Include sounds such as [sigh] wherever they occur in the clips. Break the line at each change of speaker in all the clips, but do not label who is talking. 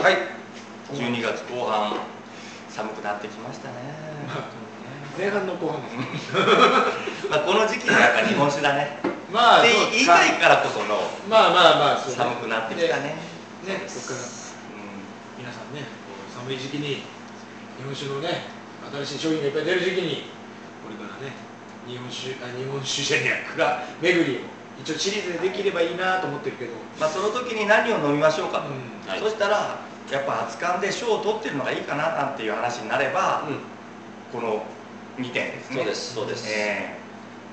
はい12月後半寒くなってきましたね本
前半の後半ですね
当にねまあこの時期なんか日本酒だ [laughs] ねって
まあそう
言いたいからこその
まあまあまあそうね
寒くなってきたね
でねこっから皆さんねこう寒い時期に日本酒のね新しい商品がいっぱい出る時期にこれからね日本酒あ日本酒じゃねえ蔵巡りを一応シリーズでできればいいなと思ってるけど
うんまあその時に何を飲みましょうかと、
うん
はい
そしたらやっぱ熱燗で賞を取ってるのがいいかななんていう話になれば、この2点ですね
そうですそうです
え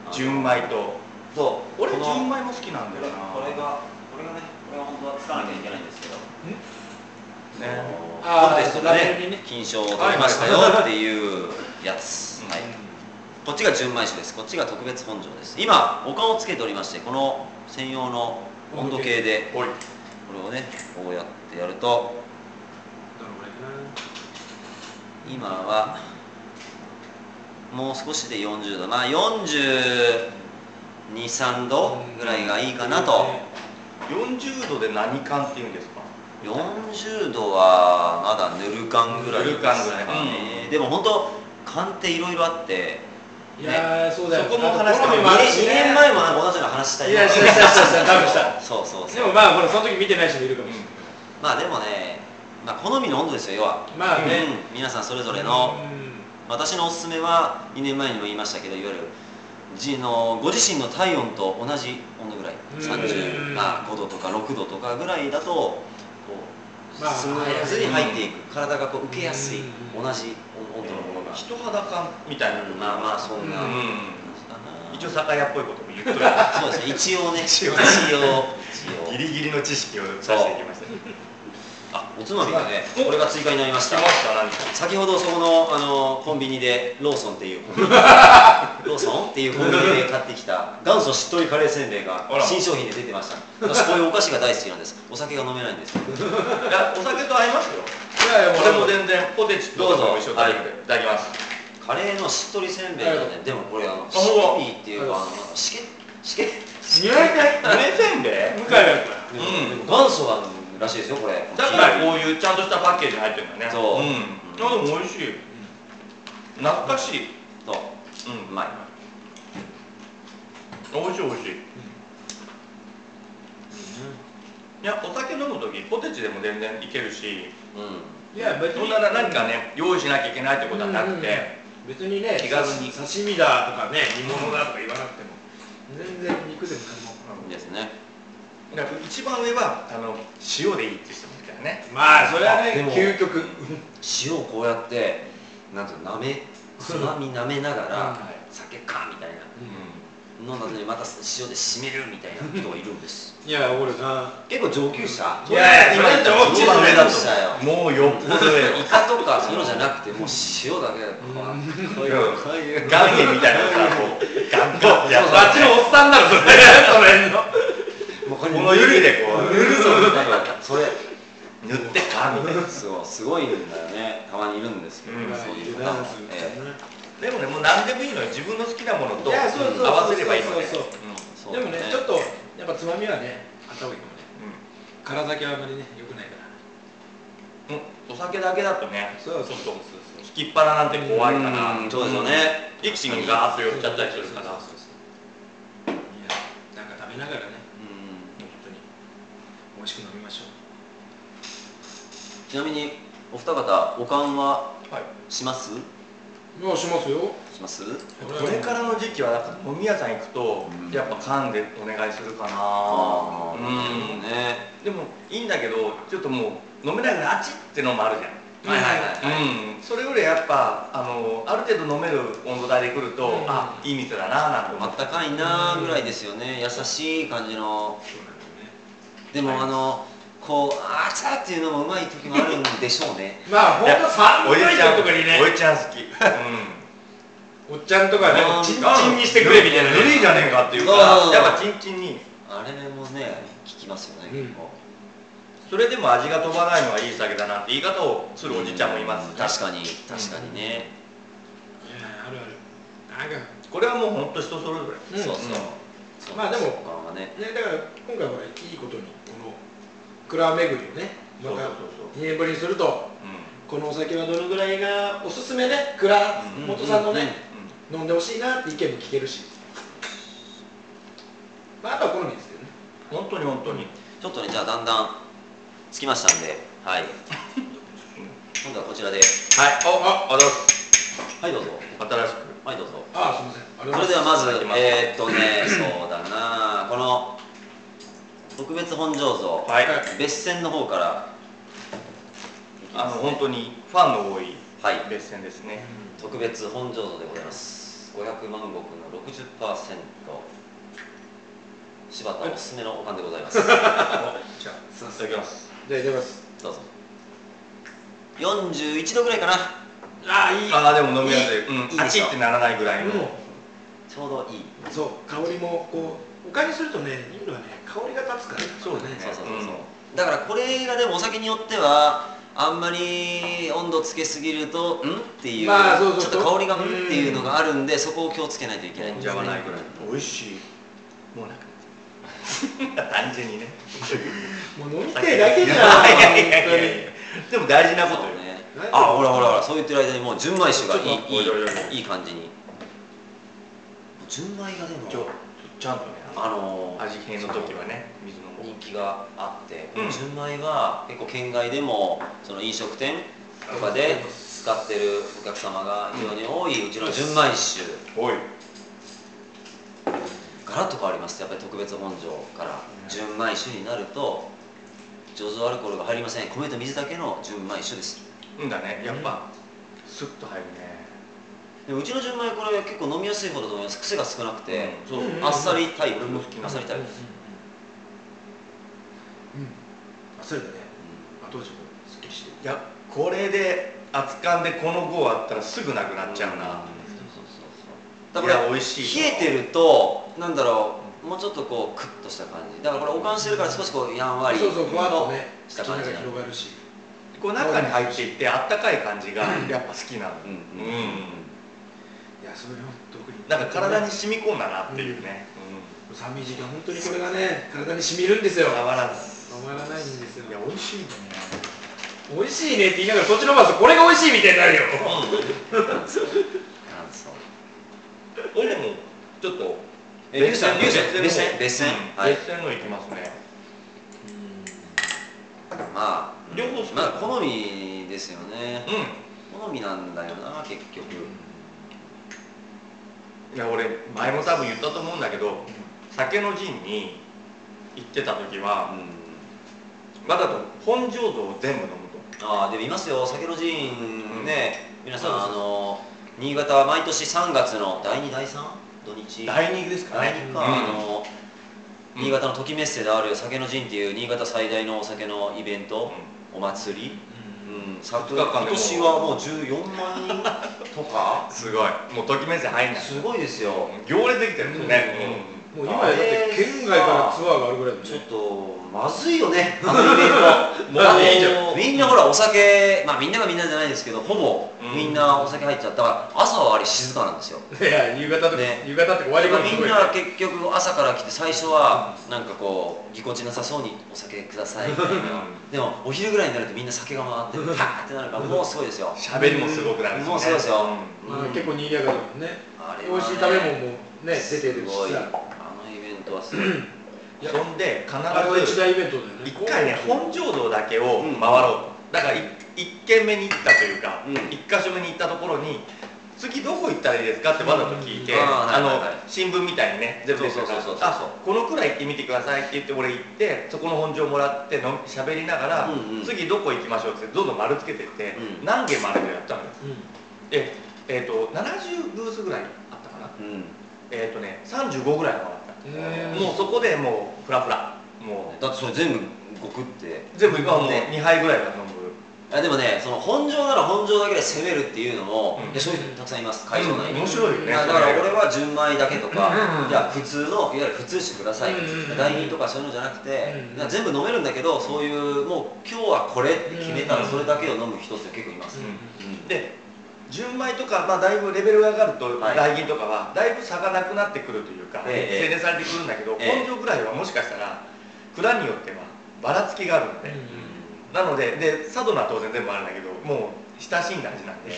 あ
え
の
純米と
そう
俺
この
純米も好きなんだよな
これがこれがねこれが本当は使わなきゃいけないんですけど
ね
あー
そうですよ
ラベルにね
ね金賞を取りましたよっていうやつ
うん
はいこっちが純米酒ですこっちが特別本醸です今お燗をつけておりましてこの専用の温度計でこ
おい
れをねこうやってやると
どのぐらいかな
今はもう少しで40度まあ423度ぐらいがいいかなと
40度で何缶っていうんですか
40度はまだぬる感ぐらいですか
ぬる感ぐらい
ね
うん
でも本当缶っていろいろあって
いやーそうだよ
そこも話し
あ
た
と
い
好み
2
もあるしね
年前も同じような話した
いやしたしたしたした多分した
そうそうそ
で
う
もまあほらその時見てない人もいるかもしれない
まあでもね、まあ、好みの温度ですよ要は、
まあね
うん皆さんそれぞれの、私のおすすめは2年前にも言いましたけどいわゆるじのご自身の体温と同じ温度ぐらい
うん
35、まあ、5度とか6度とかぐらイだとこう、
まあ
スムーズに入っていく体がこう受けやすい
うん
同じ温度のものが、
人肌感みたいなの
まあまあそんな、
うん
一応酒屋っぽいことも言うと
そうですね一応ね
一応ね
一応一応
ギリギリの知識を出していきましたね
あおつまみがねこれが追加になりま
来
した
ました何か
先ほどそこのあのコンビニでローソンっ
[laughs]
ていうコンビニローソンっていうコンビニで買ってきた元祖しっとりカレーせんべいが
あら
新商品で出てました私こういうお菓子が大好きなんですお酒が飲めないんです
いやお酒と合いますよ
いやいやもう
俺も全然ポテチと
どうぞ
一緒に食べていただきます
カレーのしっとりせんべいがね、
は
でもこれあのシ
ほんま
ッピーっていうかあのしけしけ
似合いたい
梅せんべい
向井がやっ
で
うん
も元祖がらしいですよこれ
だからこういうちゃんとしたパッケージに入ってるんだね
そうん
あでも美味しい懐かしい
そう
うん
うまい
美味しい美味しいいやお酒飲む時ポテチでも全然いけるし
う
いや別
そ
に
んな何かね用意しなきゃいけないってことはなくて
別にね
気軽に
刺身だとかね煮物だとか言わなくても全然肉でも何
んですね
だから一番上はあの塩でいいって人もいたよね
もまあそれは
あで
ね
も
究極
塩をこうやってなんていうの舐めつまみ舐めなが
う
ら
ん
酒かみたいな
う
飲んだ後にまた塩で締めるみたいな人がいるんです
いや俺な
結構上級者
いやいや
今言った
それ
上級
上だと
者よ
んもうよっぽど
イカとかそういうのじゃなくてもう塩だけだからこういうこういう
岩塩みたいなのからこうガンガンってやっ
あっちのおっさんだろそれその辺の
もうこ
この指でこ
塗
う
るぞみたいなそれ
塗ってかみたいな
そうすごいんだよねたまにいるんですけど、
うん
そういう方も、ええ
でもねもう何でもいいのよ自分の好きなものと
い
合
やそうそうそうそう
わせればいいので
そうそう
そう
でもねちょっとやっぱつまみはねあった方がいいかもね
う
辛酒はあんまりね良くないから
んうんお酒だけだとね
そうそうそうそう
引きっぱらなんて怖いか
うん
ら
そうですよね
一気にガーッと寄っちゃったりするから
そうそうそういやなんか食べながらね
うん
本当に美味しく飲みましょう
ちなみにお二方おかんは
はい
します
いやしますよ
します
これからの時期はなんか飲み屋さん行くと、
うん
やっぱ缶でお願いするかな
あ
うん
ーね
でもいいんだけどちょっともう飲めながらあっちってのもあるじゃん
はいはいはいはい、
うん、それよりやっぱあのある程度飲める温度帯で来ると、
うん
あいい店だななんて思
あ
っ
ったたかいなーぐらいですよね優しい感じの
そうなんだよね
でも、
はい
あのこうあーちゃーっていうのもうまい時もあるんでしょうね
まあ本当寒
おじ
い
ちゃん
時とかにね
おじちゃん好き、うん
おっちゃんとかね
うん
チンチンにしてくれみたいな
ぬるいじ
ね
ゃねえかっていうか
うん
らやっぱチンチンに
あれもね聞きますよね
うん
結構、
それでも味が飛ばないのはいい酒だなって言い方をするおじちゃんもいます、
確かに確かにね、
あるあるなんか
これはもう本当人それぞれ、
うん
そうそう
うん
そう
まあでも
そこはね
ねだから今回ほらいいことにこの蔵巡りをねま
そうそう
た
そう
2年ぶりにするとこのお酒はどのぐらいがおすすめね蔵
うん
元さんのね、
うんうん
飲んでほしいなって意見も聞けるし、まあ、あとは好みですけどね
本当に本当に、
ちょっとねじゃあだんだんつきましたんではい今度はこちらで
はいおおあどうぞ
はいどうぞ
新しく
はいどうぞ
ああすみませんありがとう
それ
ござ
で
い
は
ま
ますず
いただきます
えー、っとねそうだなこの特別本醸造、
はい、
はい
別線の方からいき
あ
ま
の
すね
本当にファンの多い
はい
別線ですね、
特別本醸造でございます500万石の60%柴田おすすめのおかんでございます
おじゃあいただきます
じゃあいただきます
どうぞ41度ぐらいかな
ああいい
ああでも飲みやすい
いい
うん、
で
あ
し
ち
ょ
ってならないぐらいの、
う
ちょうどいい
んそう香りもこうおかにするとねいいのはね香りが立つから
そうだね
そうそうそうそう、
う
だからこれがでもお酒によってはあんまり温度つけすぎるとんっていう,、
まあそうそうそう
ちょっと香りがんっていうのがあるんで、そこを気をつけないといけないん
飲ん
で
じ
す
ゃ
ね
わないぐらいの美味しいもうなくなっちゃう [laughs] 単純にね
もう飲みたいだけじゃん
いやいやいやいやでも大事な
そ
こ
う
とよ、
ね
なんか
あほらほらほらそう言ってる間にもう純米酒がいい
ちょっとおいおいおいお
いいいい感じに純米がでも
ちょちゃんとね
あのー
味変の時はね水の
人気があって、
うん
純米は結構県外でもその飲食店とかで使ってるお客様が非常に多いうちの純米酒
おい
ガラッと変わりますやっぱり特別本醸から純米酒になると醸造アルコールが入りません米と水だけの純米酒です
うんだねやっぱ、スッと入るね
でうちの純米これ結構飲みやすい方だと思います癖が少なくて、
うんそうそう、
うん
あっさりタイプ
俺も好きなの
あっさりタイプです、
うんうんあそれだね後味もすっきりして
いやこれで熱燗でこの5あったらすぐなくなっちゃうな、
そうそう
だ
そう
か
だから
ら美味しい
冷えてるとなんだろうもうちょっとこうクッとした感じだからこれおかんしてるから少しこうやんわり
そうそうふわっとね
した感じ
口の中広がるし
こう中に入っていってあったかい感じがやっぱ好きなの
うん
うん、
うん
いやそれは特に
なんか体に染み込んだなっていうね、
寒い時間本当にこれがね体にしみるんですよ
うん、た
た
まらず
まらないんですよ
いや美味しいね
美味しいねって言いながらそっちの方がこれが美味しいみたいになるよ
なんそうなんそう
これでもちょっと
えリュウさんリュウさん別線別
別
線
線
はい
別線のいきますね
まあ
両方好き
まあ好みですよね
う
好みなんだよな結局
んいや俺前も多分言ったと思うんだけど酒の陣に行ってた時
う
は
ん
わざと本醸造を全部飲むと
ああでもいますよ酒の陣ね皆さん
そうそ
あ
う
の新潟は毎年3月の第2第3土日
第二ですか
第
ね
2か、
うん
あの
うん
新潟の時メッセである酒の陣っていう新潟最大のお酒のイベント、お祭り、うん、昨
二日間でも
今年はもう14万人とか
すごいもうときめせ入んない
すごいですよ
行列できてるんですね、
もう今だって県外からツアーがあるぐらいだもん
ちょっ
ね
とまずいよ
[laughs]
ねあのイベントもう
いいじゃ
みんなほらお酒まあみんながみんなじゃないですけどほぼ
うん
みんなお酒入っちゃったから朝はあれ静かなんですよ
いや夕方とか
ね
夕方って終わり
だか
が
ら
す
み
ご
ん
い
な結局朝から来て最初はなんかこうぎこちなさそうにお酒くださ
[laughs]
いみたいなでもお昼ぐらいになるとみんな酒が
[laughs]
回ってパーってなるからもうすごいですよ
喋りもすごくなるしね
もうそうですよ
うん
まあ結構賑やかだもんね
あれは
美味
ね
しい食べ物もね出て
す
るし
ごいあ
さ
のイベントは
[laughs]
すごい
そんで
あれは
必
一
ず
大イベントだよね
一回ね本醸造だけを
うん
回ろうだからい一軒目に行ったというか
うん
一箇所目に行ったところに次どこ行ったらいいですかってわざと聞いて
うんあー
あ
はいはいはい
の新聞みたいにね全部出てるから
そうそうそうそうそう
あこのくらい行ってみてくださいって言って俺行ってそこの本醸もらっての喋りながら
うんうん
次どこ行きましょうってどんどん丸つけてって
うん
何軒までやったのよ
うん
でえっと70ブースぐらいあったかな
うん
えっとね35ぐらいのかな
うん
もうそこでもうフラフラもう
だってそれ全部ゴクって
全部今もう
ね
2杯ぐらいは飲む
あでもねその本上なら本上だけで攻めるっていうのも、
うん
いやそういう人たくさんいます会場内に、
面白いよね
あだから俺は純米だけとか、
うんうんうん
いや普通のいわゆる普通酒ください、
うんうんうん
大吟とかそういうのじゃなくて、
うんうん
だから全部飲めるんだけどそういうもう今日はこれって決めた
うん
ら
うん
それだけを飲む人って結構います、
う
うん
で純米とか、まあ、だいぶレベルが上がると
はい
大吟とかはだいぶ差がなくなってくるというか、
ええ
制限されてくるんだけど、
ええ
根性ぐらいはもしかしたら蔵によってはばらつきがあるので、
うん
なのでで佐渡のは当然全部あるんだけどもう親しんだ味なんで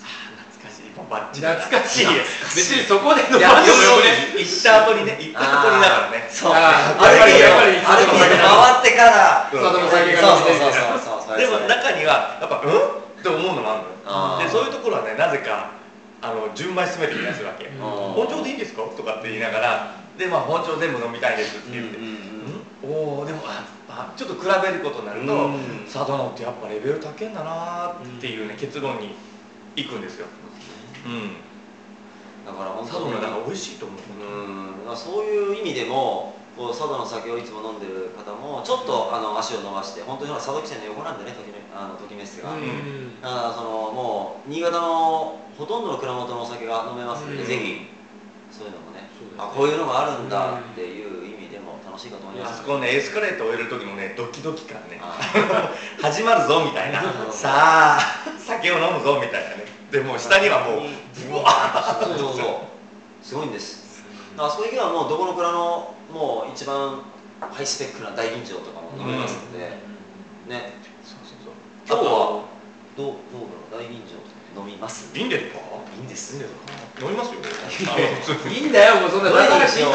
ああ懐かしいもうバッチリだ
懐かしい別にそこで
いや
どう
で
しよ
も
うね
ね行った後にね行った後にだからね
そう
あ
ーやっぱりやっぱり
あれ回ってから
うん
佐渡の
そう
酒が飲めて
そうそうそうそう
でも
それそれ
中にはやっぱ「うん?」って思うのもあ
あ
るのよ
ー
でそういうところはねなぜかあの純米詰めてきたりするわけ
うん
「
う
本
ん
調でいいんですか?」とかって言いながら「でまあ本調全部飲みたいです」って
う
言っ
んう
て「うん
ん
おおでもああちょっと比べることになる
う
と
ん
佐渡のってやっぱレベル高いんだな」っていうね結論に行くんですようん
だから本
佐渡
当
のだ
に
から美味しいと思う
うんだからそういう意味でもこう佐渡の酒をいつも飲んでる方もちょっとあの足を伸ばして本当にほら佐渡汽船の横なんでねときめあのときめすが、
う
だ
ん
かあそのもう新潟のほとんどの蔵元のお酒が飲めますんで、
うん
ぜひそういうのもね
そうだ
あ
ね
こういうのがあるんだっていう意味でも楽しいかと思い
あ
ます
そこねエスカレート終える時のねドキドキ感ね
あ
始まるぞみたいな
うん
さあ酒を飲むぞみたいなねでもう下にはもうブワーッ
ーそうそうそうすごいんですあそこ以外はもうどこの蔵のもう一番ハイスペックな大吟醸とかも飲めますので、ね
そうそうそう
今日はどうどうだろう大吟醸飲みます
いいんですか
いいんで
い
す
いんですか飲みますよあの普通
いいんだよもうそんな
どれに
だ
しよう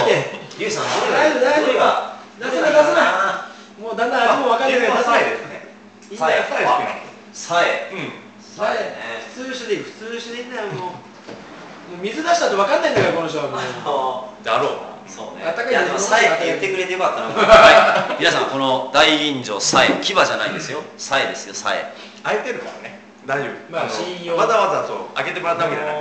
リュウさんどれが
大丈夫
どれが
大丈夫出せない出せないもうだんだん味も分かんなく
い
な
や
っ
サイ
て
ですね
いいん
サ
だ
イ
よ
サイ好きなの
さえ
う
さえね
普通酒でいい普通酒でいいんだよもうもう水出したって分かんないんだからこの人はもう
あの
んだろうな
そうね
あったかい
いやでもさえって言ってくれてよかったなはい皆さんこの大吟醸さえ牙じゃないんですよさえですよさえ
空いてるからね大丈夫
まあ
の
信用
わざわざそう開けてもらったわけじゃない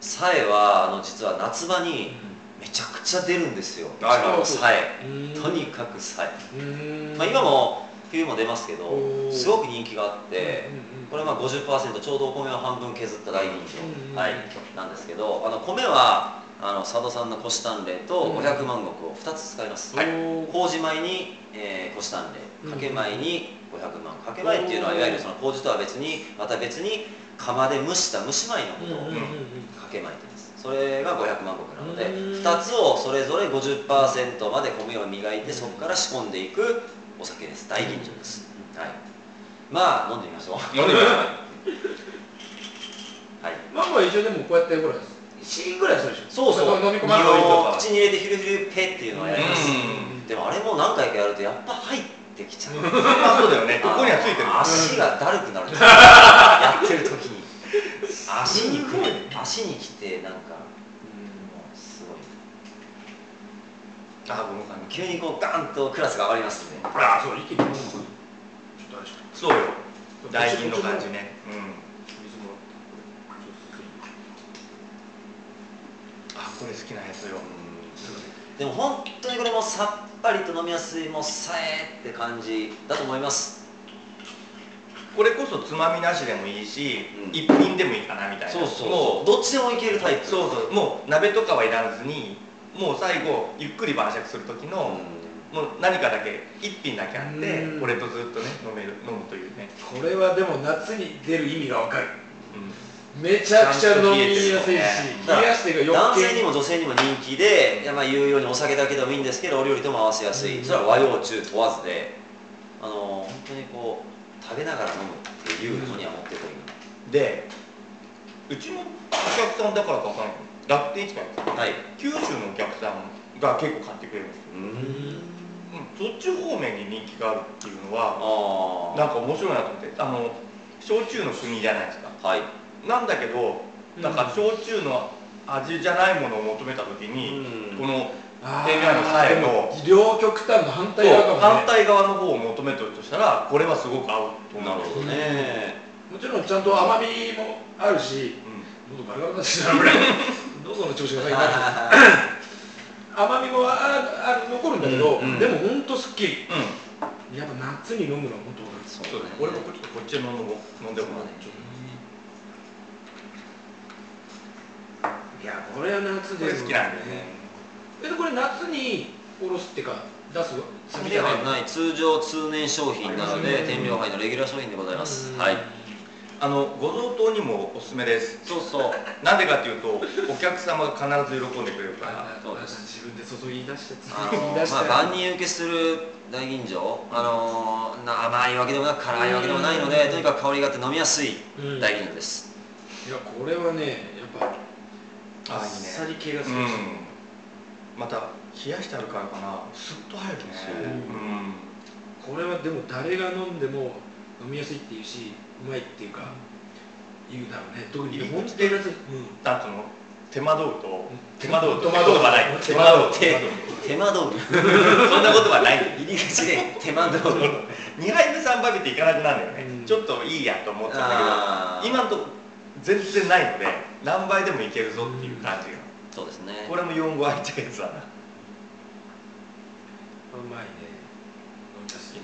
さえはあの実は夏場にめちゃくちゃ出るんですよ
あら
さえ
うん
とにかくさえ
うん
まあ、今も冬も出ますけ
お
ど
ー
すごく人気があって
うんうんうん
これはまあ50%ちょうどお米を半分削った大吟
うんうん
醸、はい、なんですけどあの米はあの佐渡産のコシ淡麗と
うん
500万石を2つ使います、
お
はい、
ー
麹米に、えー、コシ淡
うん
麗かけ米に500万かけ米っていうのはいわゆるその麹とは別にまた別に釜で蒸した蒸し米のことを
うんうんうんうん
かけ米って言うんですそれが500万石なので
うん
2つをそれぞれ50%まで米を磨いてそこから仕込んでいくお酒です大吟醸です、はいまあ飲んでみましょう
飲んでみよ
はい
マンゴーは一応でもこうやってほらシーンぐらいするでしょ
そうそう
飲み込まない方がいいと
匂いを口に入れてヒュルヒュルペっていうのはやります、
う
でもあれも何回かやるとやっぱ入ってきちゃう
うまあそうだよねここにはついてるも
あー足がだるくなるんですよやってる時に足に来る足に来てなんかもうすご
ん
い
あごめんなさい
急にこうガンとクラスが上がりますんで
ああそう一気に飲むのかちょっとあれしか
そうよ大吟の感じね
水も
うんあこれ好きなやつよ
でも本当にこれもさっぱりと飲みやすいもうさえって感じだと思います
これこそつまみなしでもいいし、
うん
一品でもいいかなみたいなも
もうどっちでもいけるタイ
う
プ
そうそうもう鍋とかはいらずにもう最後ゆっくり晩酌する時
うん
の、もう何かだけ一品だけあって、
うん
これとずっとね飲める飲むというね、
これはでも夏に出る意味がわかるめちゃくちゃ飲みやすいし冷
だから
やしてるから
男
余
性
計
にも女性にも人気で、いやまあ言うようにお酒だけでもいいんですけどお料理とも合わせやすい、
うん
それは和洋中問わずであの本当にこう食べながら飲むっていうのには持ってこい
でうちのお客さんだからかわかんないけど楽天市場です
はい
九州のお客さんが結構買ってくれるんですよ、
うん
うん、そっち方面に人気があるっていうのは
あ
なんか面白いなと思ってあの焼酎の国じゃないですか
あはい
なんだけどなんか焼酎の味じゃないものを求めた時に、こ
う
の
あー
手前のサイの
でも両極端の反対側かもね
反対側の方を求めてるとしたらこれはすごく合うと思う
んなるほどね
もちろんちゃんと甘みもあるし
う
喉ガラガラになってしまうぐらい喉の調子が最高甘
[laughs]
みもあある残るんだけど、
うんうん
でもほんとすっきり
ん、うん
やっぱ夏に飲むのはもっとおいしい
そ
そ
う
う
だね
俺もこっちこっちで飲んでも飲んでもらう
そう
いやこれは夏
こ
で
れ
す
好きなんだよね
えこれ夏におろすってか出す酒
では
な
ない通常通年商品なの
う
で
ん
天領杯のレギュラー商品でございますはい
あのご贈答にもおすすめです
そうそう
[laughs] なんでかっていうとお客様が必ず喜んでくれるから
あ
そうです
自分で注ぎ出して
あ
注ぎ
の
[laughs] 出して
まあ万人受けする大吟醸あのな甘いわけでもなく辛いわけでもないので
うん
とにかく香りがあって飲みやすい
うん
大吟醸です
いやこれはねやっぱあ
あ
っ
いいね
さり系が好き
う
です、
んまた冷やしてあるからかなスッと入るね
そう
うん
これはでも誰が飲んでも飲みやすいっていうしうまいっていうか言うだろうね特に本当に夏うん
なんかその手間取ると手
手
間
間
取
取る
ると
と
言葉ない
手間取る
手間取る
手間取 [laughs] る
そんなことはない
入り口で手間取 [laughs] る
2杯目3杯目っていかなくなるんだよね、
うん
ちょっといいやと思ったんだ
あ
け
ー
ど今のとこ全然ないので何杯でもいけるぞっていう感じが、
そうですね
これも4合入っちゃうやつだな
うまいね飲みやすい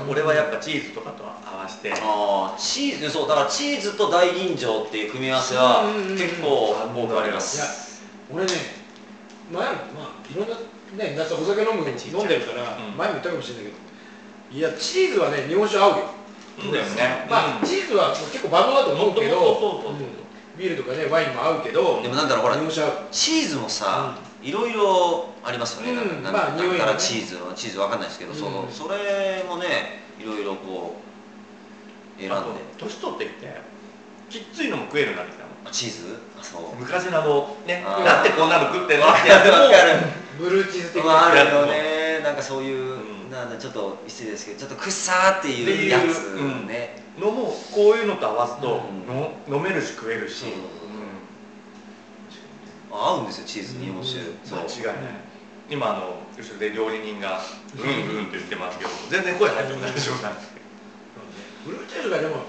うん俺はやっぱチーズとかと合わせて
あーチーズそうだからチーズと大吟醸っていう組み合わせは
うんうんうん
結構多くありま
いや
す
俺ね前もまあいろんなね夏お酒飲む飲んでるから、
うん
前も言ったかもしれないけどいやチーズはね日本酒合うよ
そうだよね
まあ、
うん
チーズは結構万能だと思うけど
そうそうそうそ
う
う
んビールとかねワインも合うけど
でもなんだろうほら
日本酒合う
チーズもさ、いろいろありますよね、
うん
なんか
まあ
なん
匂い
か
が
ら
ね
チーズはチーズわかんないですけど、その
うん
それもねいろいろこう選んで
あと年取ってきてきっついのも食えるようになってきたの
あチーズあそう
昔のあのね
あー
なんでこんなの食 [laughs] ってんのってや
わ
つも
かる
ブルーチーズ的な
まあ、あるよねなんかそうい
う
う、
ん
なんだちょっと失礼ですけどちょっとくっさーって
って
い
いうう
やつね、
のもこういうのと合わすと、
うん
の飲めるし食えるし、
そうそう合うんですよチーズ日本酒、
うん
そう
間違いない今あの後ろで料理人が「うんうん」って言ってますけど全然声入ってこないでしょうか
ブルーチーズがでもね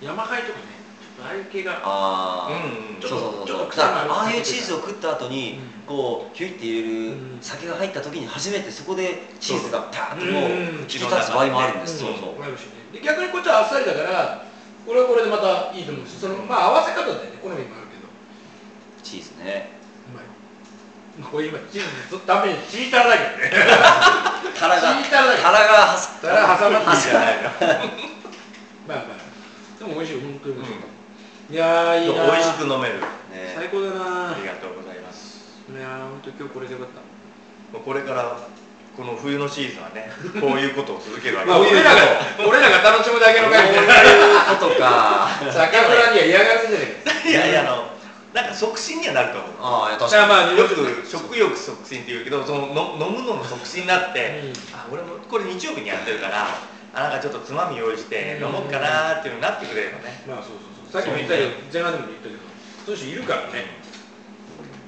山海とかねちょっとああいう系が
ああ、
うんうん
そうそう
ち
そ
ょっ
うそ
と
う
臭
だ
みがある
からああいうチーズを食った後に、こうキュイって入れ
う
る
ん
酒が入った時に初めてそこでチーズがパーッと
う
もうん引き立つ場合もあるんです
う
そ
ん
うそう
あるしねで逆にこっちはあっさりだからこれはこれでまたいいと思うしそのまあ合わせ方だよね好みもあるけど
チーズね
うまいこれ今チーズのためにチータラだけどね
タラが
チータラだけ
タラがはす
タラ挟まって
いいじゃないの
まあまあでも美味しい本当に美味しい、いやーいいなー
美味しく飲める
ね
最高だな
あ
ー
りがとうございます
いやー本当今日これでよかった
もうこれからこの冬のシーズンはねこういうことを続けるわけ
まあ
こうい
俺
うこ
らが俺らが楽しむだけの会みたいな
そういうことか
酒蔵には嫌がらせじゃないか
といやいやあのなんか促進にはなると思う
ああいや確
じゃあ
か
まあ
よく食欲促進っていうけどそのの飲むのの促進になって、
うん
あ俺もこれ日曜日にやってるからあなんかちょっとつまみ用意して飲もうかなーっていうのになってくれればね
まあそうそうそうさっきも言ったけど前半でも言ったけどそういう人いるからね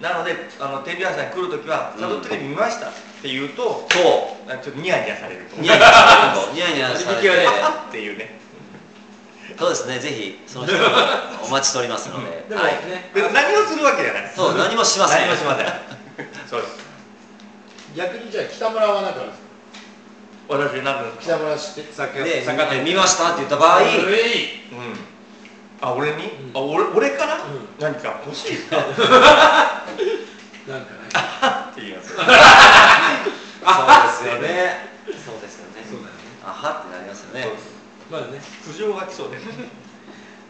なのであのテレビ朝日に来るときは「
うん
サドテレビ見ました」って言うと、
にそ
なんかちょっとニヤニヤされると
う
思う
ニヤニヤされるとニヤ
割
ニヤされて
引
あ [laughs] っていうね
そうですねぜひその人もお待ちしておりますので
でも
はい
ね
別に何をするわけじゃない
そう何もしません
何もしませんそうです
逆にじゃあ北村はなんかあるんですか
私なんか
北村知って酒
で
酒店
見ましたって言った場合
古い
うんあ俺に、
うん
あ俺俺から、
うん
何か欲しいですかっ
なんかね
て言います
そうですよねそうですよね
そうだよね
あはってなりますよね
まだね
苦情が来そうで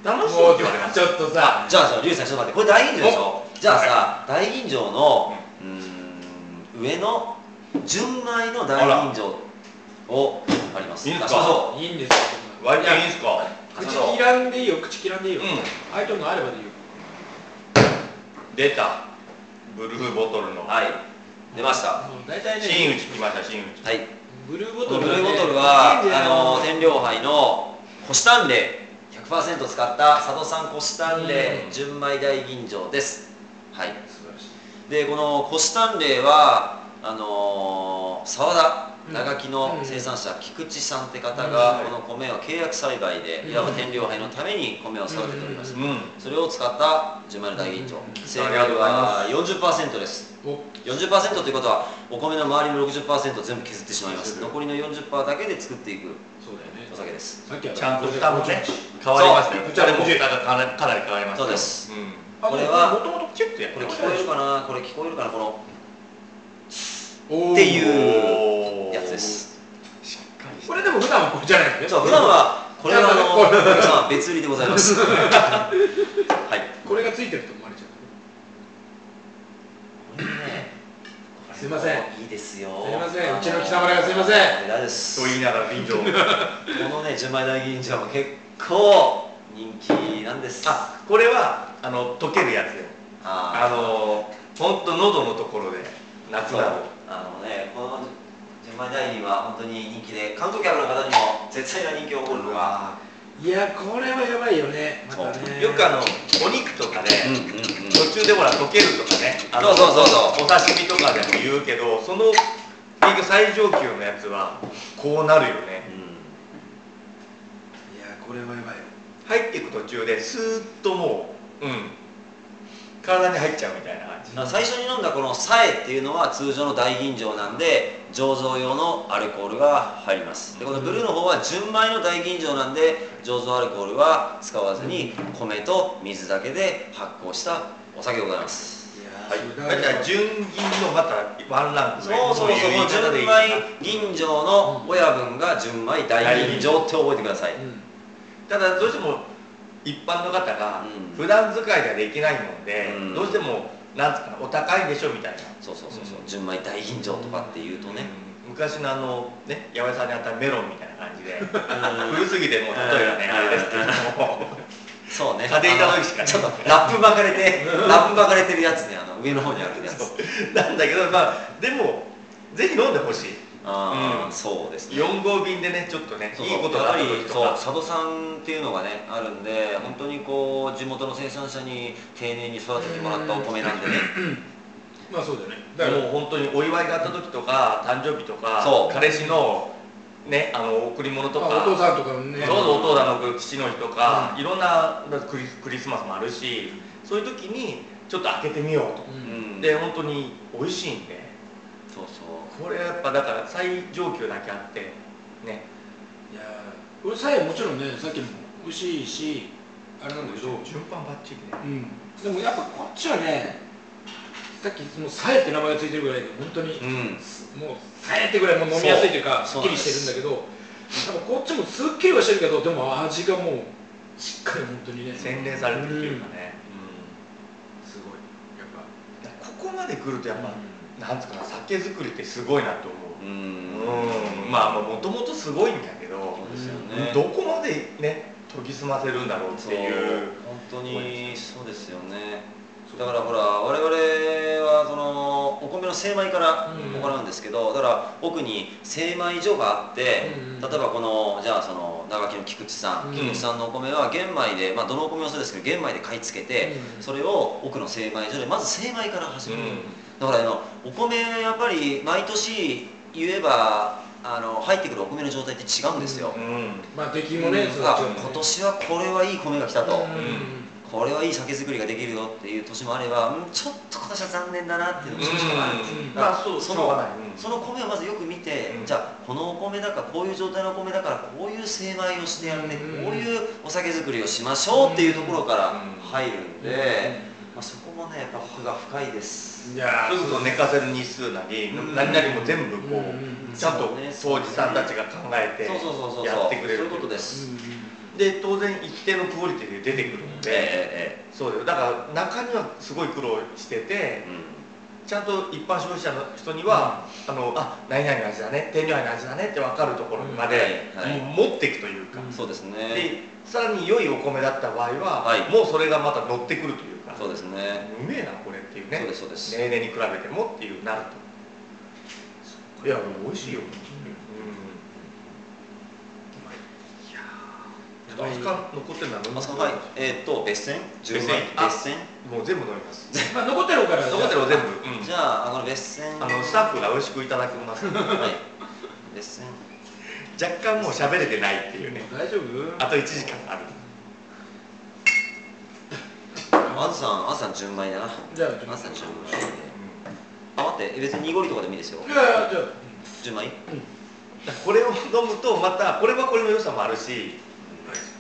楽しそ
も
うっ
う
て言われま
ち
す
ょっとさ
じゃあさ、リュウジさん、ちょっと待って、これ大吟醸でしょじゃあさ、大吟醸の、うーん、上の、純米の大吟醸を、あります。
いいんです
あ
か
そ
いいんですよ
割
い
り
や
いいんすか
う
口
そう
切らんでいいよ口切らんでいいよ
う
ああいうとこがあればでいいよ
出たブルーボトルの、
ん。はい。出ました。は
もう大体
真打
ね
ち来ました真打ち
い。
ブルー
ブ
ボ
ル
ト
ー
ル
ボトルは、
いいんだよ
あの、天領杯の、コシタンレイ、100%使った、佐渡産コシタンレ
うん
イ、純米大吟醸です。はい。
素晴らしい
でこのコシタンレイはあのー、沢田
うん
長木の生産者、菊池さんって方がこの米を契約栽培でいわば天領杯のために米を育てております、
う
うん
それを使った純米の大吟醸
うん
正解は40%です
お
40%ということはお米の周りの60%を全部削ってしまいます
削る
残りの40%だけで作っていく
そうだよね
お酒です
さっきは
ちゃんとした
多
も
分
ね変わりましたよ
そう
これもかなりかなり変わりましたよ
そうです
ん
これは
もともとキュッとやって
これ
ま
聞
し
こ
た
える
よ
かなこれ聞こえるかなこの
っ
っていう
おー
やつです
しっかりして
これでも普段はこれじゃないよね
そう普段はこれはあの
これ
まあ別売りでございますはい
これがついてると思われちゃう
これね
すいません
いいですよ
すいませんうちの貴様らがすいません
んです
と言いながら便乗
このね純米大吟醸も結構人気なんです
あこれはあの溶けるやつよあ
あ
の本当喉のところで夏
そう
だろう
あのねこの純米大吟は本当に人気で観光客の方にも絶対な人気を誇るのが
いやこれはやばいよねまたね
よくあのお肉とかで、
うんうんうん
途中でほら溶けるとかねあの
そうそうそうそう
お刺身とかでも言うけどその結局最上級のやつはこうなるよね
いやこれはやばいよ
入っていく途中でスーッともう、うん、体に入っちゃうみたいな感じ
だから最初に飲んだこのさえっていうのは通常の大吟醸なんで醸造用のアルコールが入りますでこのブルーの方は純米の大吟醸なんで醸造アルコールは使わずに米と水だけで発酵したお酒でございます
いや
はい
それ
だから純銀のまたワンランク
そう
上
そうそう、この純米吟醸の親分が純米大吟醸って覚えてください。
うん
ただどうしても一般の方が
うん
普段使いではできないもんで、
うん
どうしてもなんつうかなお高いでしょみたいな
そうそうそうそう
う、ん
純米大吟醸とかっていうとね、
うん昔のあのね八百屋さんにあったメロンみたいな感じで
うん
古すぎてもう例えばね
うん
あれですけども [laughs]
そうね、
家庭いた時しか
あのちょっとラップ巻かれて、ラップ巻かれてるやつね、あの上の方にあるやつ。
なんだけどまあでもぜひ飲んでほし
ああ、
うん
そうですね。
い4号便でねちょっとね
そう
い
そう
いこと
やっ
が
ぱ
あ
り
る時と
そう
か
佐渡さんっていうのがねあるんで本当にこう地元の生産者に丁寧に育ててもらったお米なんでね
まあそうだよねだから
もう本当にお祝いがあった時とか誕生日とか
そう
彼氏のねあの贈り物と
ま
か
あお父さんとかもね
そうそうお父さんの父の日とか、いろんなクリクリスマスもあるしそういう時にちょっと開けてみようと、
う
うんん
で本当に美味しいんで
そうそう
これやっぱだから最上級だけあってね
いや俺さえもちろんねさっきも美味しいしあれなんだけどう
順番バッチリね
んでもやっぱこっちはねさっきそのさえって名前がついてるぐらいで本当に
うん
もうさえってぐらいもう飲みやすいというかす
そ
っ
う
きりしてるんだけど多分こっちもすっきりはしてるけどでも味がもうしっかり本当にねすごい
洗練されてるっていうかね、
やっぱ
ここまで来るとやっぱ、
う
なんつうかな酒造りってすごいなと思
う
う、うん
ん
まあもともとすごいんだけど
そうですよね
どこまでね研ぎ澄ませるんだろうっていう
そう本当にそうですよね
そう
だからほら我々はそのお米の精米から
うん
行うんですけど、だから奥に精米所があって、
うん
例えばこのじゃあその長木の菊池さん、
うん
菊池さんのお米は玄米でまあどのお米もそうですけど玄米で買い付けて、
うん
それを奥の精米所でまず精米から始
う
める、
ん
だからあのお米やっぱり毎年言えばあの入ってくるお米の状態って違うんですよ、
うん
まあ出来もね
うん
そっち
あ
はね
今年はこれはいい米が来たと、
うん
これはいい酒造りができるよっていう年もあればうんちょっと今年は残念だなっていうのも少々あるんですよ
うん
だから
まあそう
そ
しょうがな
の
いうん
その米をまずよく見て、
うん
じゃあこのお米だからこういう状態のお米だからこういう精米をしてやって、
うん
こういうお酒造りをしましょうっていうところから
うん
入るん
う
で、
ん
まあ、そこもねやっぱ奥が深いです、
いや
それこそ寝かせる日数なり、何々も全部こう、
うん
ちゃんと当
そう
事
ね
さんたちが考えて
そうそうそうそう
やってくれる
そういうことで
う
す、
ん
で当然一定のクオリティで出てくるの
え
で、
ええ
そうだよだから中にはすごい苦労してて
えうん
ちゃんと一般消費者の人には、あのあ何々の味だね天領愛の味だねって分かるところまで、
うんはいはい
もう持っていくというか、
うん
そうですね
でさらに良いお米だった場合は、
はい
もうそれがまた乗ってくるというか
そうですね
うめえなこれっていうね
そうですそうです、
例年に比べてもっていうなるといや美味しいよ、うん、
やばい
あそこは残ってるのは飲み
あ
ます
そこはいえーっと別線
別線あ
別線
もう全部飲みます
まあ残ってるから
残ってるの全部、
じゃああの別線
あのスタッフが美味しくいただきます
はい、ですね
若干もう喋れてないっていうね
大丈夫
あと1時間ある
あずさんあずさん純米だな
じゃあ
あずさん純米であ待って別に濁りとかでもいいですよ
いやいやじゃあ
純米
だからこれを飲むとまたこれはこれの良さもあるし、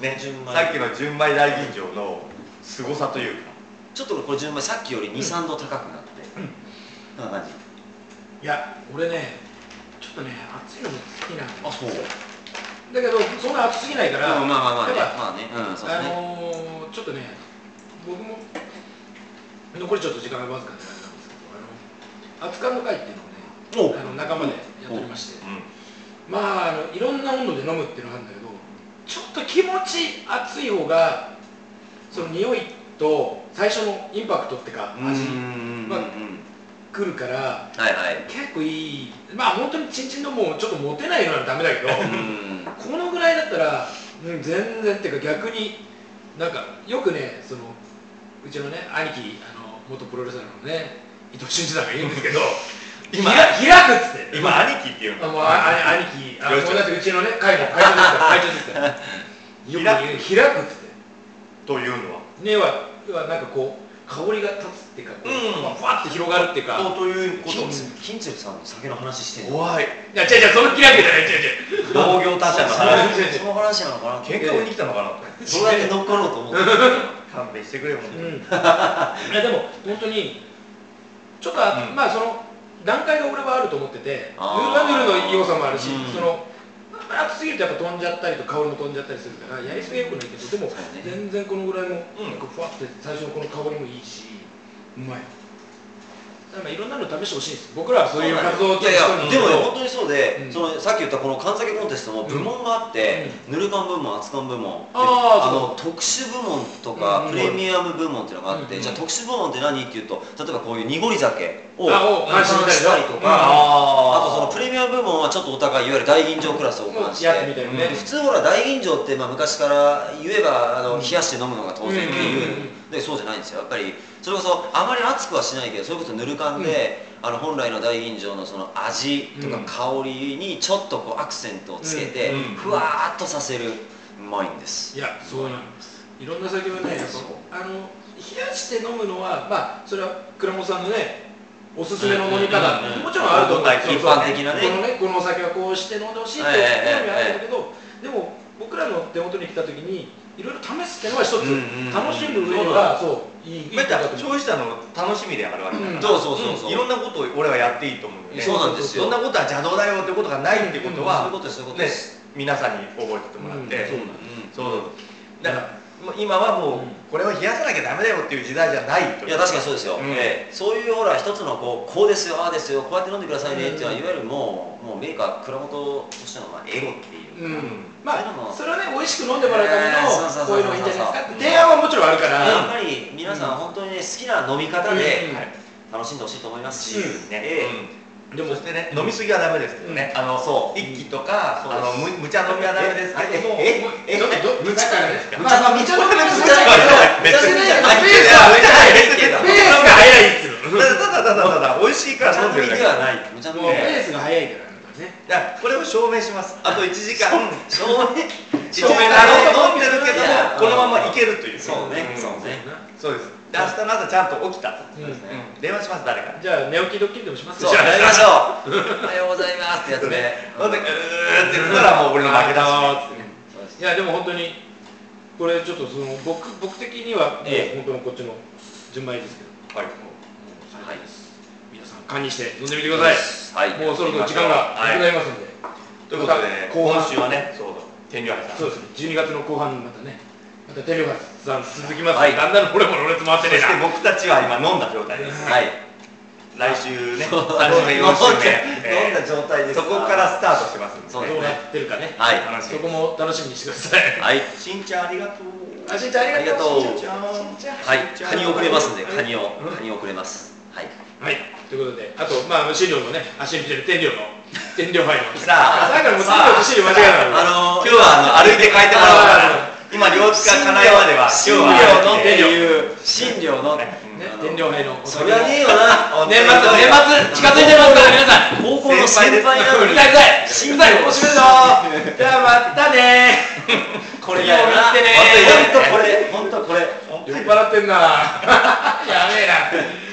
ね、
純米
さっきの純米大吟醸の凄さというか
ちょっとこれ純米さっきより23度高くなってこんな感じ
いや俺ねちょっとね熱いの好きなの
あそう
だけどそんな熱すぎないから、
うんまあまあまあね
やっぱ
まあねうんそうで
あ
すね
のー、ちょっとね僕も残りちょっと時間がわずかであれなんですけどあの熱燗の会っていうのをね
お
あの仲間でやっておりまして、
うん
まああのいろんな温度で飲むっていうのがあるんだけどちょっと気持ち熱い方がその匂いと最初のインパクトってか
うん
味
うん
まあ
うん
くるから
はいはい
結構いいまあ本当にチンチンのもうちょっと持てないようならダメだけど
うん
このぐらいだったら、うん、全然っていうか逆になんかよくねそのうちのね兄貴あの元プロレスラーのね伊藤俊二さんが言うんですけど
今
開開くっつって
今兄貴っていう
あ
の
もうああ兄貴あ
よろし
同
く
じうちのね会長会長ですから会長ですからよく言う開くっつって
というのは
根ははなんかこう香りが立つっていうかこう、
うん
まあふわって広がるっていうか
とということ
金鶴金鶴さんの酒の話してんの
怖い
いや違う違うその開くじゃない違う違う
[laughs] 同業他社の話
その話なのかな
喧嘩売りに来たのかなと
どうやって乗っかろうと思ってた
勘弁してくれよ、本当に
うん、いやでも本当にちょっとあ、
うん
まあその段階が俺はあると思っててヌ
あー
ーバヌルの良さもあるし、
うん
そのまあ熱すぎるとやっぱ飛んじゃったりと香りも飛んじゃったりするからやりすぎはよくないけどでも
そうね
全然このぐらいも、
うん
なんかふわって最初のこの香りもいいしうまいだからいろんなの試してほしいです僕らはそういう活動を
いやいやでもね
よ
本当にそうで、
うん
そのさっき言ったこの神崎コンテストも部門があって、ぬる缶部門厚缶部門で
あー
あの特殊部門とか、
うん
プレミアム部門っていうのがあって、
うん
じゃあ特殊部門って何っていうと例えばこういう濁り酒を
あを
監視したりと
監視したりと
か、
か
あ
あ
とそのプレミアム部門はちょっとお互いいわゆる大吟醸クラスを
も
関し
う
て
やってみたよね、
普通ほら大吟醸ってまあ昔から言えばあの
うん
冷やして飲むのが当然っていう、
うんうんうん
でそうじゃないんですよやっぱりそれこそあまり熱くはしないけどそれこそぬる感で、あの本来の大吟醸のその味とか
うん
香りにちょっとこうアクセントをつけて、
うんうん
ふわーっとさせるうまいんです
いやそうなんですいろんな酒はねやっぱあの冷やして飲むのはまあそれは倉本さんのねおすすめの飲み方、
うんうんうん
もちろんあると思う
一
般的なね
そうそうこのねこのお酒はこうして飲んでほしいってい
え
う好
え
みはあるんだけど、でも僕らの手元に来た時にいろいろ試すっていうのは一つ、
うんうんうん
楽しむ上ではそういいいい
ま
ことだと
た
思
消費者の楽しみであるわけだから、
うん
そうそうそうそう
いろんなことを俺はやっていいと思うんでね
そうなんですよ
そんなことは邪道だよってことがないってこと
そういう
は、
ことですそういうこと
ね
です、
皆さんに覚えてもらっ
う
て、
んそうなん
そうそうだから、もう今はもう
うん
これを冷やさなきゃダメだよっていう時代じゃないと
いや確かにそうですよ、
うん
ええそういうほら一つのこうこうですよああですよこうやって飲んでくださいねっていうのは、いわゆるもうもうメーカー蔵元としてのまあエゴっていう
う
うんん、
ま
でも
あそれはね美味しく飲んでもらうため
ええそうそう
のこう
そうそう
いうのがいいんじゃないですかって提案はもちろんあるか
やっ
ら、
ぱり皆さん本当にね好きな飲み方で
うん
はい
楽しんでほしいと思いますし、
うん
ね
え
え
え
でも
そしてね、飲みすぎはダメですけどね、あの
そう
一気とか、
そう
あ
で
の
す
む無茶飲みはダメですけども
ええ
もうちょっとど無茶からね
無茶
まあ無茶の話しちゃうけ
別
ど無茶
に
じ
じ
ゃ
ゃ
な
ないい
け
け
どペースはペ
ど別にじゃないけど
ースが早いっつうの
ただただただただ美味しい
無
から
茶
飲んで
飲
る
み
だけ
ではない無茶飲み
もう
では
ペ
ない
ースが早いからなんかね
いやこれを証明しますあと1時間
そうね
一
証
応
明
あの飲んでるけど
いや
もこのままいけるという
そうね
ん
そうね
そうですで明日の朝ちゃんと起き
う
た、
ん
そうですね
うん電話します誰かに
じゃあ寝起きドッキリでもします
そう
じ
や
ゃあ
りましょうおはようございますってやつね
なんでうーって言ったらもう俺の負けだわーって
そうです
いやでも本当にこれちょっとその僕僕的にはもう
え
本当にこっちの純米ですけど
はい
もう最高です皆さん堪忍して飲んでみてくださ
はい
いもうそろそろ時間がなくなりますので
ということで
また
ね
後半
今週はねそうだ天領杯さん
そうですね12月の後半またねまたテレビさん続きます
はい
だんだん俺もろれつ回って
そ
ねえ
し
な
て僕たちは今飲んだ状態です
はい
来週ね3
そう
週目4週目
飲んだ
え
状態
ー
です
そこからスタートしますんで
そうです
どう
ね
なってるかね
はい
楽し
そ
み
こも楽しみにしてください
はい
しんちゃんありがとう
あしんちゃんありがとう
ありがとう
しんちゃん
はい
しんちゃん
カニをくれますんでカニを
うん
カニをくれますはい
はいということであとまあ資料のね足見てる天領の天領杯の [laughs]
さあ
だからもう天領と資料間違えない
あのー今日はあの歩いて帰ってもらおうかな
今両津から金井までは
新
今日
寮のっ
は
ていう新寮の
ね
ね、天領杯のお
そ
酒
りゃねえよな
年末年末近づいてますから皆さん
高校の先輩なの
う
に
るさいうるさい
心
うる
配
さい面白いぞじゃあまたね
こ
れ
れ
や
や
る
る
な
な
本当これ本当これ
酔っ払ってんな [laughs] やべえな